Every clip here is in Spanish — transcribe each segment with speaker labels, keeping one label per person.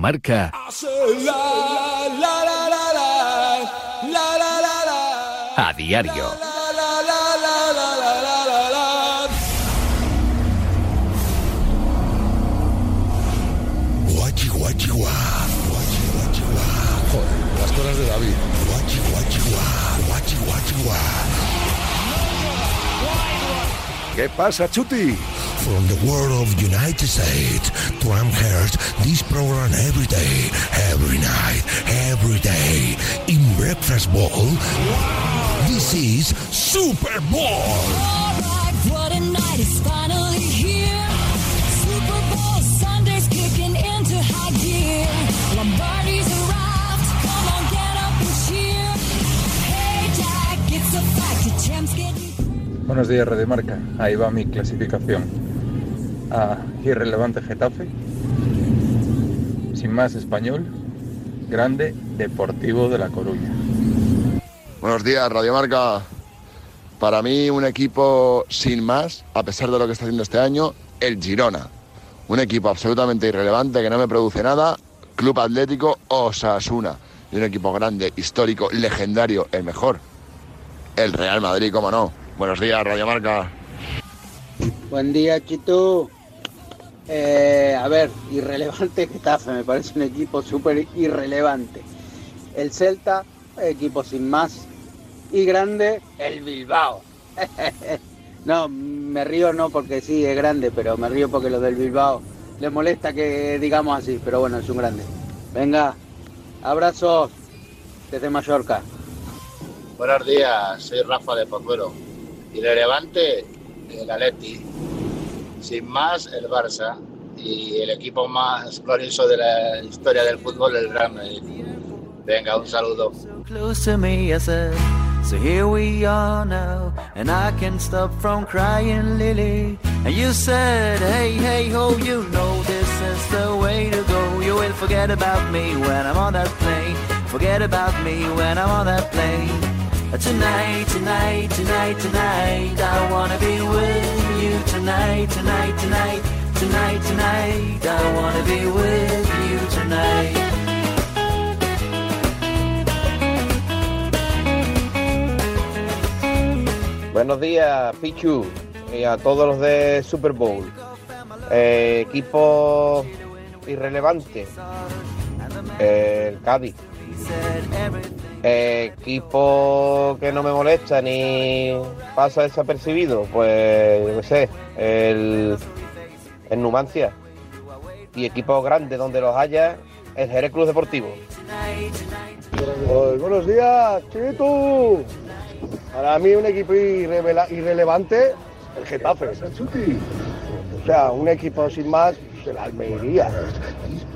Speaker 1: Marca. A diario.
Speaker 2: Guachi, guachi, guá. Guachi, guachi, guá. Joder, las cosas de David. Guachi, guachi, guá. Guachi, guachi, guá.
Speaker 3: ¿Qué pasa, Chuti?
Speaker 2: From the world of United States, Trump hears this program every day, every night, every day. In Breakfast Bowl, this is Super Bowl.
Speaker 4: What a night is finally here. Super Bowl Sunday's kicking into high gear. Lombardi's arrived. Come on, get up and cheer. Hey, Jack, it's a fact. The champs getting.
Speaker 5: Buenos días, Radio Marca. Ahí va mi clasificación. A irrelevante Getafe. Sin más español. Grande Deportivo de La Coruña.
Speaker 6: Buenos días, Radio Marca. Para mí, un equipo sin más, a pesar de lo que está haciendo este año, el Girona. Un equipo absolutamente irrelevante que no me produce nada, Club Atlético Osasuna. Y un equipo grande, histórico, legendario, el mejor. El Real Madrid, cómo no. Buenos días, Radio Marca.
Speaker 7: Buen día, Chitu. Eh, a ver, irrelevante Getafe, me parece un equipo súper irrelevante. El Celta, equipo sin más. Y grande, el Bilbao. no, me río no porque sí, es grande, pero me río porque los del Bilbao les molesta que digamos así, pero bueno, es un grande. Venga, abrazos desde Mallorca.
Speaker 8: Buenos días, soy Rafa de Pozuelo. Irrelevante, el Atleti. Sin más, el Barça. Y el equipo más glorioso de la historia del fútbol, el Real Madrid. Venga, un saludo.
Speaker 9: close to me, I said. So here we are now, and I can't stop from crying, Lily. And you said, Hey, hey, ho, you know this is the way to go. You will forget about me when I'm on that plane. Forget about me when I'm on that plane. Uh, Tonight, tonight, tonight, tonight, I wanna be with you. Tonight, tonight, tonight, tonight, tonight, I wanna be with you tonight.
Speaker 10: Buenos días, Pichu, y a todos los de Super Bowl. Eh, equipo irrelevante, eh, el Cádiz. Eh, equipo que no me molesta ni pasa desapercibido, pues yo qué sé, el, el Numancia. Y equipo grande donde los haya, el Jerez Cruz Deportivo.
Speaker 11: buenos días, Chitu. Para mí un equipo irrevela- irrelevante, el Getafe. O sea, un equipo sin más, el Almería.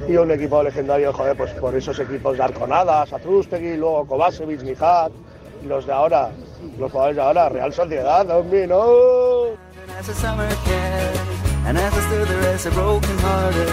Speaker 11: Y un equipo legendario, joder, pues por esos equipos de Arconadas, Atrustegui, luego Kovacevic, Mijat, y los de ahora, los jugadores de ahora, Real Sociedad, dominó.
Speaker 9: And as I stood there as a broken hearted,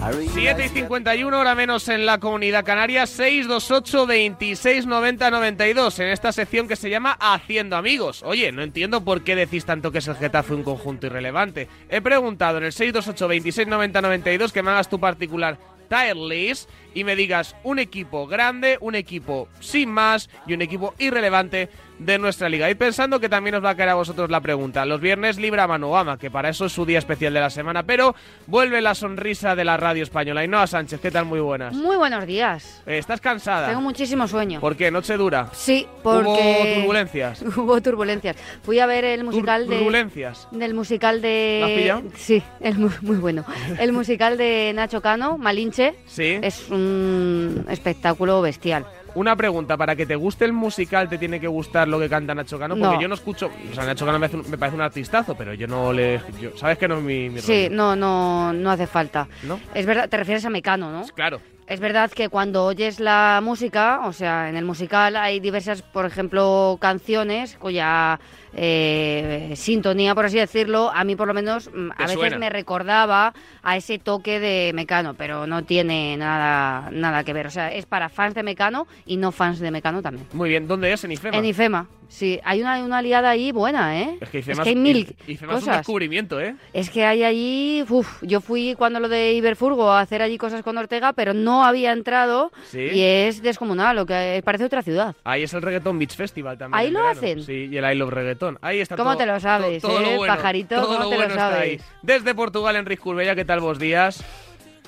Speaker 9: I
Speaker 12: 7 y 51, hora menos en la comunidad canaria, 628 26 90 92, en esta sección que se llama Haciendo Amigos. Oye, no entiendo por qué decís tanto que es el Getafe un conjunto irrelevante. He preguntado en el 628 26 90 92 que me hagas tu particular tier list y me digas un equipo grande, un equipo sin más y un equipo irrelevante de nuestra liga. Y pensando que también os va a caer a vosotros la pregunta. Los viernes libra Manu Ama, que para eso es su día especial de la semana, pero vuelve la sonrisa de la radio española. Y Noa Sánchez, ¿qué tal? Muy buenas.
Speaker 13: Muy buenos días.
Speaker 12: Eh, ¿Estás cansada?
Speaker 13: Tengo muchísimo sueño.
Speaker 12: ¿Por qué? ¿Noche dura?
Speaker 13: Sí,
Speaker 12: ¿Hubo
Speaker 13: porque-
Speaker 12: turbulencias?
Speaker 13: Hubo turbulencias. Fui a ver el musical de...
Speaker 12: turbulencias.
Speaker 13: Del musical de...
Speaker 12: ¿Lo has pillado?
Speaker 13: Sí, es muy, muy bueno. El musical de Nacho Cano, Malinche.
Speaker 12: Sí.
Speaker 13: Es un espectáculo bestial.
Speaker 12: Una pregunta, para que te guste el musical te tiene que gustar lo que canta Nacho Cano, porque
Speaker 13: No.
Speaker 12: yo no escucho, o sea, Nacho Cano me, hace un- me parece un artistazo, pero yo no le... yo- Sabes que no es mi... mi
Speaker 13: Sí,
Speaker 12: rollo,
Speaker 13: no, no, no hace falta.
Speaker 12: ¿no?
Speaker 13: Es verdad, te refieres a Mecano, ¿no?
Speaker 12: Pues Claro.
Speaker 13: Es verdad que cuando oyes la música, o sea, en el musical hay diversas, por ejemplo, canciones cuya eh, sintonía, por así decirlo, a mí por lo menos mm,
Speaker 12: Te
Speaker 13: a veces
Speaker 12: suena.
Speaker 13: me recordaba a ese toque de Mecano, pero no tiene nada, nada que ver. O sea, es para fans de Mecano y no fans de Mecano también.
Speaker 12: Muy bien, ¿dónde es? En Ifema.
Speaker 13: En Ifema, Sí, hay una, una liada ahí buena, ¿eh?
Speaker 12: Es que hice
Speaker 13: es
Speaker 12: más,
Speaker 13: que hay mil
Speaker 12: hice- hice más un
Speaker 13: cosas.
Speaker 12: descubrimiento, ¿eh?
Speaker 13: Es que hay allí, uf, yo fui cuando lo de Iberfurgo a hacer allí cosas con Ortega, pero no había entrado
Speaker 12: Sí.
Speaker 13: y es descomunal, lo que parece otra ciudad.
Speaker 12: Ahí es el Reggaeton Beach Festival también.
Speaker 13: ¿Ahí
Speaker 12: en
Speaker 13: lo
Speaker 12: verano.
Speaker 13: hacen?
Speaker 12: Sí, y el I Love Reggaeton. Ahí está
Speaker 13: ¿Cómo
Speaker 12: todo-
Speaker 13: te lo sabes,
Speaker 12: todo lo
Speaker 13: eh,
Speaker 12: bueno,
Speaker 13: pajarito?
Speaker 12: todo
Speaker 13: ¿Cómo
Speaker 12: lo
Speaker 13: te lo
Speaker 12: bueno está ahí.
Speaker 13: sabes?
Speaker 12: Desde Portugal, Enrique Urbella, ¿qué tal? Buenos días.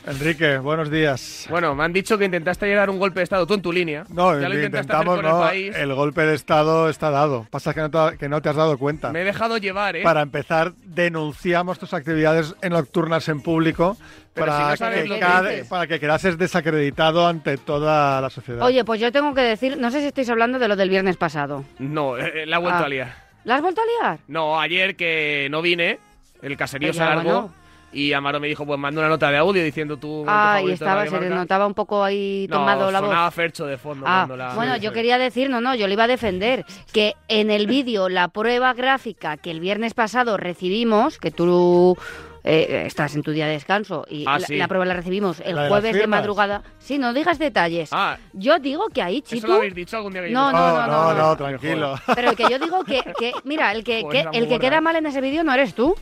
Speaker 14: Enrique, buenos días.
Speaker 12: Bueno, me han dicho que intentaste llegar a un golpe de estado tú en tu línea.
Speaker 14: No, eh,
Speaker 12: ya lo intentaste
Speaker 14: intentamos,
Speaker 12: hacer con
Speaker 14: no.
Speaker 12: el
Speaker 14: El,
Speaker 12: país.
Speaker 14: golpe de Estado está dado. Pasa que no te, ha- que no te has dado cuenta.
Speaker 12: Me he dejado llevar, ¿eh?
Speaker 14: Para empezar, denunciamos tus actividades en nocturnas en público
Speaker 12: Pero si
Speaker 14: para,
Speaker 12: no sabes lo
Speaker 14: que
Speaker 12: que
Speaker 14: cada-
Speaker 12: dices.
Speaker 14: para que quedases desacreditado ante toda la sociedad.
Speaker 13: Oye, pues yo tengo que decir, no sé si estáis hablando de lo del viernes pasado.
Speaker 12: No, eh, eh, la he vuelto
Speaker 13: Ah.
Speaker 12: a liar.
Speaker 13: ¿La has vuelto a liar?
Speaker 12: No, ayer que no vine, el caserío
Speaker 13: Pero
Speaker 12: se
Speaker 13: Pues ya,
Speaker 12: alargó.
Speaker 13: bueno.
Speaker 12: Y Amaro me dijo, pues manda una nota de audio diciendo tu momento
Speaker 13: Ah, y
Speaker 12: favorito de
Speaker 13: estaba,
Speaker 12: Radio
Speaker 13: se le
Speaker 12: Marca.
Speaker 13: notaba un poco ahí
Speaker 12: No,
Speaker 13: tomado la voz.
Speaker 12: sonaba Fercho de fondo
Speaker 13: Ah,
Speaker 12: cuando la-
Speaker 13: bueno,
Speaker 12: Sí,
Speaker 13: yo
Speaker 12: sí.
Speaker 13: quería decir, no, no, yo le iba a defender que en el vídeo la prueba gráfica que el viernes pasado recibimos, que tú eh, estás en tu día de descanso y
Speaker 12: Ah,
Speaker 13: la,
Speaker 12: sí.
Speaker 13: la prueba la recibimos
Speaker 12: La de
Speaker 13: el
Speaker 12: las
Speaker 13: jueves de
Speaker 12: firmas.
Speaker 13: madrugada. Sí, no digas detalles. yo digo que ahí,
Speaker 12: Ah. ¿Eso
Speaker 13: Chitu,
Speaker 12: lo habéis dicho algún día que
Speaker 13: No,
Speaker 12: yo-
Speaker 13: no, no, no, no, no,
Speaker 14: tranquilo.
Speaker 13: pero que yo digo que, que, mira, el que,
Speaker 12: Joder,
Speaker 13: que-
Speaker 12: la
Speaker 13: el que
Speaker 12: morra,
Speaker 13: queda
Speaker 12: eh.
Speaker 13: mal en ese vídeo no eres tú.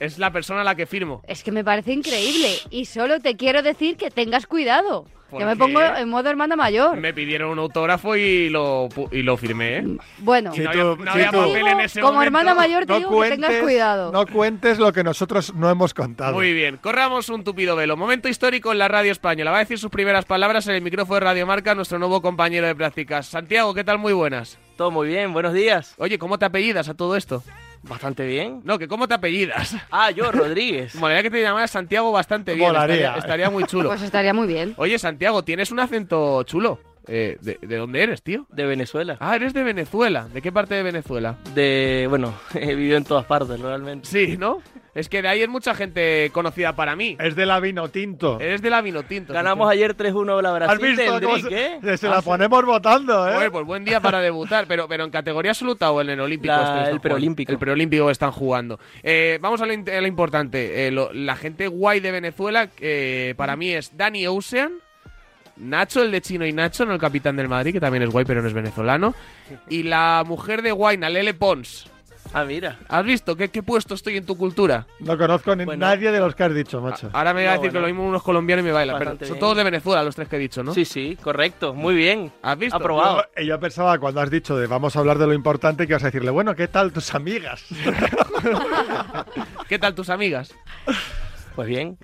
Speaker 12: Es la persona a la que firmo.
Speaker 13: Es que me parece increíble y solo te quiero decir que tengas cuidado.
Speaker 12: ¿Por
Speaker 13: Yo me
Speaker 12: qué?
Speaker 13: pongo en modo hermana mayor.
Speaker 12: Me pidieron un autógrafo y lo, pu- y lo firmé, ¿eh?
Speaker 13: Bueno,
Speaker 12: Y no había, no había
Speaker 14: Chitu.
Speaker 12: papel en ese
Speaker 13: como
Speaker 12: momento.
Speaker 13: hermana mayor te
Speaker 14: No
Speaker 13: digo que tengas
Speaker 14: cuentes-
Speaker 13: cuidado.
Speaker 14: No cuentes lo que nosotros no hemos contado.
Speaker 12: Muy bien, corramos un tupido velo. Momento histórico en la radio española. Va a decir sus primeras palabras en el micrófono de Radio Marca nuestro nuevo compañero de prácticas. Santiago, ¿qué tal? Muy buenas.
Speaker 15: Todo muy bien, buenos días.
Speaker 12: Oye, ¿cómo te apellidas a todo esto?
Speaker 15: Bastante bien.
Speaker 12: No, que ¿cómo te apellidas?
Speaker 15: Ah, yo, Rodríguez.
Speaker 12: Molaría que te llamaras Santiago bastante bien.
Speaker 15: Molaría.
Speaker 12: Estaría, estaría muy chulo.
Speaker 13: Pues estaría muy bien.
Speaker 12: Oye, Santiago, tienes un acento chulo. Eh, ¿de, de dónde eres, tío?
Speaker 15: De Venezuela.
Speaker 12: Ah, eres de Venezuela. ¿De qué parte de Venezuela?
Speaker 15: De, bueno, he vivido en todas partes, realmente.
Speaker 12: Sí, ¿no? Es que de ahí es mucha gente conocida para mí.
Speaker 14: Es de la vino tinto.
Speaker 12: Eres de la Vinotinto.
Speaker 15: Ganamos ayer 3-1 la Brasil.
Speaker 14: ¿Has visto cómo
Speaker 15: Tendrí,
Speaker 14: se,
Speaker 15: ¿qué?
Speaker 14: se la
Speaker 15: Ah, sí.
Speaker 14: ponemos votando, eh?
Speaker 12: Joder, pues buen día para debutar, pero, pero en categoría absoluta o en el olímpico.
Speaker 15: La-
Speaker 12: este que están
Speaker 15: el
Speaker 12: jugando?
Speaker 15: preolímpico.
Speaker 12: El preolímpico que están jugando. Eh, vamos a lo, in- a lo importante. Eh, lo- la gente guay de Venezuela eh, para mí es Dani Ocean, Nacho, el de Chino y Nacho, no el capitán del Madrid, que también es guay, pero no es venezolano. Y la mujer de Guayna, Lele Pons.
Speaker 15: Ah, mira.
Speaker 12: ¿Has visto qué, qué puesto estoy en tu cultura?
Speaker 14: No conozco ni nadie de los que has dicho, macho.
Speaker 12: Ahora me va a
Speaker 14: No,
Speaker 12: decir que
Speaker 14: bueno.
Speaker 12: lo mismo unos colombianos y me bailan. Pero
Speaker 14: Bastante
Speaker 12: son
Speaker 14: bien.
Speaker 12: todos de Venezuela los tres que he dicho, ¿no?
Speaker 15: Sí, sí, correcto. Muy bien.
Speaker 12: ¿Has visto?
Speaker 15: Aprobado.
Speaker 14: Yo, eh, yo pensaba cuando has dicho de vamos a hablar de lo importante que vas a decirle, bueno, ¿qué tal tus amigas?
Speaker 12: ¿Qué tal tus amigas?
Speaker 15: Pues bien.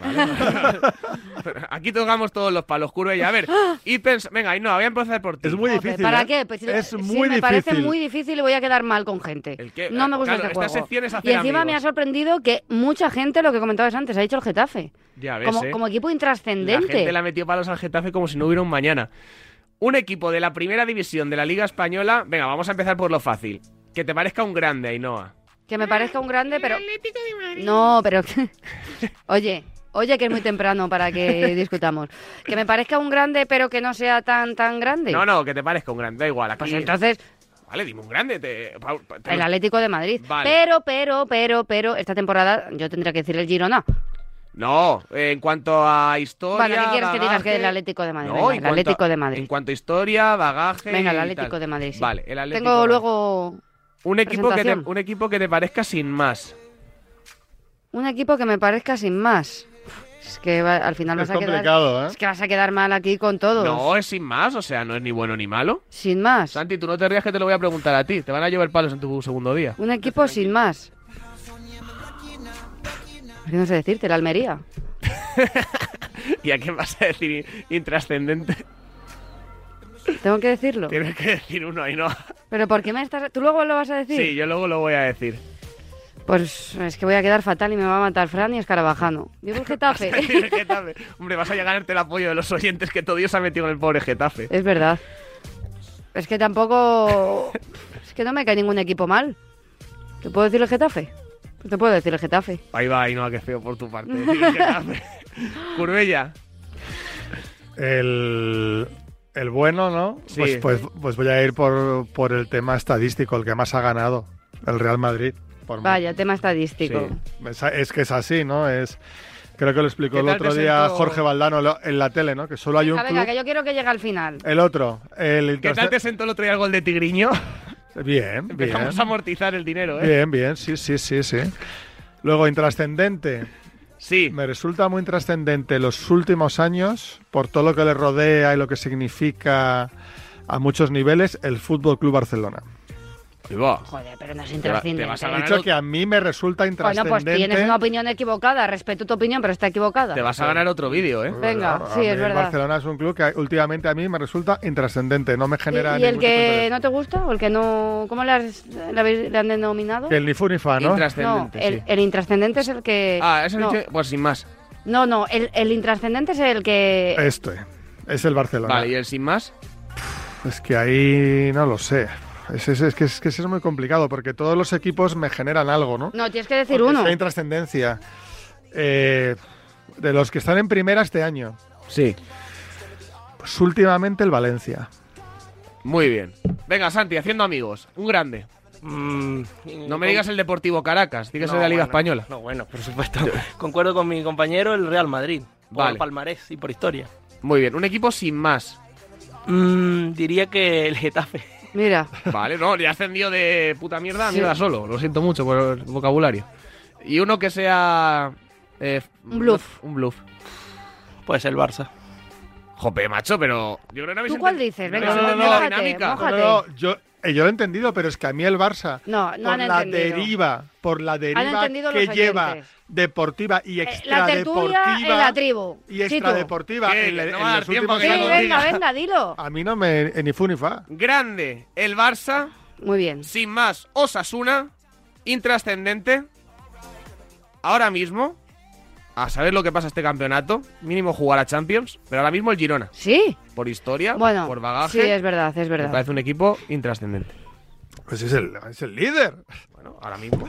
Speaker 12: Aquí tocamos todos los palos, Curvella. A ver, y pens- venga, y no, voy a empezar por ti. Es muy
Speaker 13: Jope, ¿Para
Speaker 14: ¿eh?
Speaker 13: qué? Pues si- si me parece muy difícil y voy a quedar mal con gente.
Speaker 12: qué? Ah,
Speaker 13: No me gusta
Speaker 12: Claro,
Speaker 13: este
Speaker 12: esta
Speaker 13: juego.
Speaker 12: sección es
Speaker 13: y
Speaker 12: hacer
Speaker 13: encima me ha
Speaker 12: amigos.
Speaker 13: sorprendido que mucha gente, lo que comentabas antes, ha dicho el Getafe.
Speaker 12: Ya ves,
Speaker 13: Como,
Speaker 12: ¿eh?
Speaker 13: como equipo
Speaker 12: La
Speaker 13: intrascendente.
Speaker 12: gente la metió palos al Getafe como si no hubiera un mañana. Un equipo de la primera división de la Liga Española. Venga, vamos a empezar por lo fácil. Que te parezca un grande, Ainhoa.
Speaker 13: Que me parezca un grande, pero... No, pero... oye, oye que es muy temprano para que discutamos. Que me parezca un grande, pero que no sea tan, tan grande.
Speaker 12: No, no, que te parezca un grande, da igual. Aquí...
Speaker 13: Pues entonces,
Speaker 12: Vale, dime un grande. te- pa- pa- te-
Speaker 13: el Atlético de Madrid.
Speaker 12: Vale.
Speaker 13: Pero, pero, pero, pero, esta temporada yo tendría que decir el Girona.
Speaker 12: No, eh, en cuanto a historia.
Speaker 13: Bueno, ¿qué quieres que digas
Speaker 12: bagaje-
Speaker 13: que del Atlético de Madrid?
Speaker 12: No,
Speaker 13: Venga,
Speaker 12: en
Speaker 13: el
Speaker 12: cuanto a-
Speaker 13: Atlético de Madrid.
Speaker 12: En cuanto a historia, bagaje.
Speaker 13: Venga, el
Speaker 12: y
Speaker 13: Atlético
Speaker 12: tal.
Speaker 13: de Madrid, sí.
Speaker 12: Vale, el Atlético.
Speaker 13: Tengo
Speaker 12: de Madrid.
Speaker 13: luego
Speaker 12: Un equipo, que te,
Speaker 13: presentación.
Speaker 12: un equipo que te parezca sin más.
Speaker 13: un equipo que me parezca sin más. Es que va- al final
Speaker 12: Es
Speaker 13: vas a
Speaker 12: complicado,
Speaker 13: quedar
Speaker 12: ¿eh?
Speaker 13: es que vas a quedar mal aquí con todos.
Speaker 12: No, es sin más, o sea, no es ni bueno ni malo.
Speaker 13: Sin más.
Speaker 12: Santi, tú no te rías que te lo voy a preguntar a ti. Te van a llevar palos en tu segundo día.
Speaker 13: Un equipo sin más. Es que no sé decirte, la Almería.
Speaker 12: ¿Y a qué vas a decir in- intrascendente?
Speaker 13: Tengo que decirlo.
Speaker 12: Tienes que decir uno ahí, ¿no?
Speaker 13: Pero ¿por qué me estás tú luego lo vas a decir?
Speaker 12: Sí, yo luego lo voy a decir.
Speaker 13: Pues es que voy a quedar fatal y me va a matar Fran y Escarabajano. Vivo el Getafe.
Speaker 12: El Getafe. Hombre, vas a ganarte el apoyo de los oyentes que todo Dios ha metido en el pobre Getafe.
Speaker 13: es verdad. Es que tampoco es que no me cae ningún equipo mal. ¿Te puedo decir el Getafe? Pues te puedo decir el Getafe.
Speaker 12: Ahí va, ahí no, que feo por tu parte. decir el Getafe. Curbella.
Speaker 14: El, el bueno, ¿no?
Speaker 12: Sí.
Speaker 14: Pues, pues, pues voy a ir por, por el tema estadístico, el que más ha ganado, el Real Madrid. Por mucho.
Speaker 13: Vaya, tema estadístico.
Speaker 14: Es, es que es así, ¿no? Es Creo que lo explicó
Speaker 13: ¿Qué
Speaker 14: el
Speaker 13: tal
Speaker 14: otro
Speaker 13: te
Speaker 14: día
Speaker 13: sentó?
Speaker 14: Jorge Valdano lo- en la tele, ¿no? Que solo hay un
Speaker 13: Venga, venga,
Speaker 14: club.
Speaker 13: que yo quiero que llegue al final.
Speaker 14: El otro, el
Speaker 12: ¿Qué tal te sentó el otro día el gol de Tigriño?
Speaker 14: Bien, bien.
Speaker 12: Empezamos a amortizar el dinero, ¿eh?
Speaker 14: Bien, bien, sí, sí, sí, sí. Luego, intrascendente.
Speaker 12: Sí.
Speaker 14: Me resulta muy intrascendente los últimos años, por todo lo que le rodea y lo que significa a muchos niveles, el Fútbol Club Barcelona.
Speaker 13: Joder, pero no es
Speaker 14: Te va- te vas a
Speaker 13: intrascendente.
Speaker 14: ganar He dicho que a mí me resulta
Speaker 13: Bueno,
Speaker 14: intrascendente.
Speaker 13: pues tienes una opinión equivocada. Respeto tu opinión, pero está equivocada.
Speaker 12: Te vas a ganar otro vídeo, ¿eh?
Speaker 13: Venga,
Speaker 14: A
Speaker 13: sí,
Speaker 14: mí
Speaker 13: es
Speaker 14: el
Speaker 13: verdad.
Speaker 14: Barcelona es un club que últimamente a mí me resulta intrascendente, no me genera
Speaker 13: ¿Y, y el
Speaker 14: ningún tipo de
Speaker 13: que
Speaker 14: interés.
Speaker 13: no te gusta o el que no... ¿Cómo le, has- le habéis- le han denominado?
Speaker 14: Que el ni fu ni fa, ¿no?
Speaker 13: no, el, el intrascendente es el que...
Speaker 12: Ah, eso
Speaker 13: no,
Speaker 12: dicho- Pues sin más.
Speaker 13: no, no, el, el intrascendente es el que...
Speaker 14: Este, es el Barcelona.
Speaker 12: Vale, ¿y el sin más?
Speaker 14: Es que ahí no lo sé. Es, es- es que es, que eso es muy complicado porque todos los equipos me generan algo, ¿no?
Speaker 13: No, tienes que decir
Speaker 14: Porque
Speaker 13: uno.
Speaker 14: sea intrascendencia. Eh, de los que están en primera este año.
Speaker 12: Sí.
Speaker 14: Pues últimamente el Valencia.
Speaker 12: Muy bien. Venga, Santi, haciendo amigos. Un grande. no me
Speaker 15: Mm, con-
Speaker 12: digas el Deportivo Caracas, dígase
Speaker 15: No,
Speaker 12: de la Liga
Speaker 15: bueno,
Speaker 12: Española.
Speaker 15: No, bueno, por supuesto. Concuerdo con mi compañero, el Real Madrid. Por
Speaker 12: Vale.
Speaker 15: palmarés y por historia.
Speaker 12: Muy bien, un equipo sin más.
Speaker 15: diría que el Getafe.
Speaker 13: Mira.
Speaker 12: Vale, no, le ha ascendido de puta mierda a
Speaker 15: Sí.
Speaker 12: mierda solo. Lo siento mucho por el vocabulario. Y uno que sea. eh,
Speaker 13: Un bluff.
Speaker 12: Un bluff.
Speaker 15: Pues el Barça.
Speaker 12: Jope, macho, pero. Yo creo que
Speaker 13: ¿Tú cuál dices?
Speaker 12: no,
Speaker 13: Venga,
Speaker 12: no, no, no,
Speaker 13: mójate,
Speaker 12: la dinámica.
Speaker 14: No,
Speaker 13: mójate.
Speaker 14: no, no, yo, eh, yo lo he entendido, pero es que a mí el Barça,
Speaker 13: No, no
Speaker 14: por
Speaker 13: han
Speaker 14: la
Speaker 13: entendido.
Speaker 14: deriva, por la deriva
Speaker 13: entendido
Speaker 14: que
Speaker 13: los
Speaker 14: lleva
Speaker 13: oyentes. Eh,
Speaker 14: deportiva y
Speaker 13: La tertulia
Speaker 14: extradeportiva.
Speaker 13: en la tribu.
Speaker 14: y
Speaker 13: Sí, tú.
Speaker 14: extradeportiva
Speaker 12: ¿Qué?
Speaker 14: en, la-
Speaker 12: Que no
Speaker 14: en
Speaker 12: va a dar
Speaker 14: los
Speaker 12: tiempo
Speaker 14: últimos
Speaker 12: que
Speaker 13: Sí,
Speaker 14: años.
Speaker 13: venga, venga, dilo.
Speaker 14: A mí no me eh, ni fu ni fa.
Speaker 12: Grande, el Barça.
Speaker 13: Muy bien.
Speaker 12: Sin más, Osasuna. Intrascendente. Ahora mismo. A saber lo que pasa este campeonato. Mínimo jugar a Champions. Pero ahora mismo el Girona.
Speaker 13: Sí.
Speaker 12: Por historia,
Speaker 13: Bueno,
Speaker 12: por bagaje.
Speaker 13: sí, es verdad,
Speaker 12: Me
Speaker 13: es verdad.
Speaker 12: parece un equipo intrascendente.
Speaker 14: Pues es el, es el líder.
Speaker 12: Bueno, ahora mismo.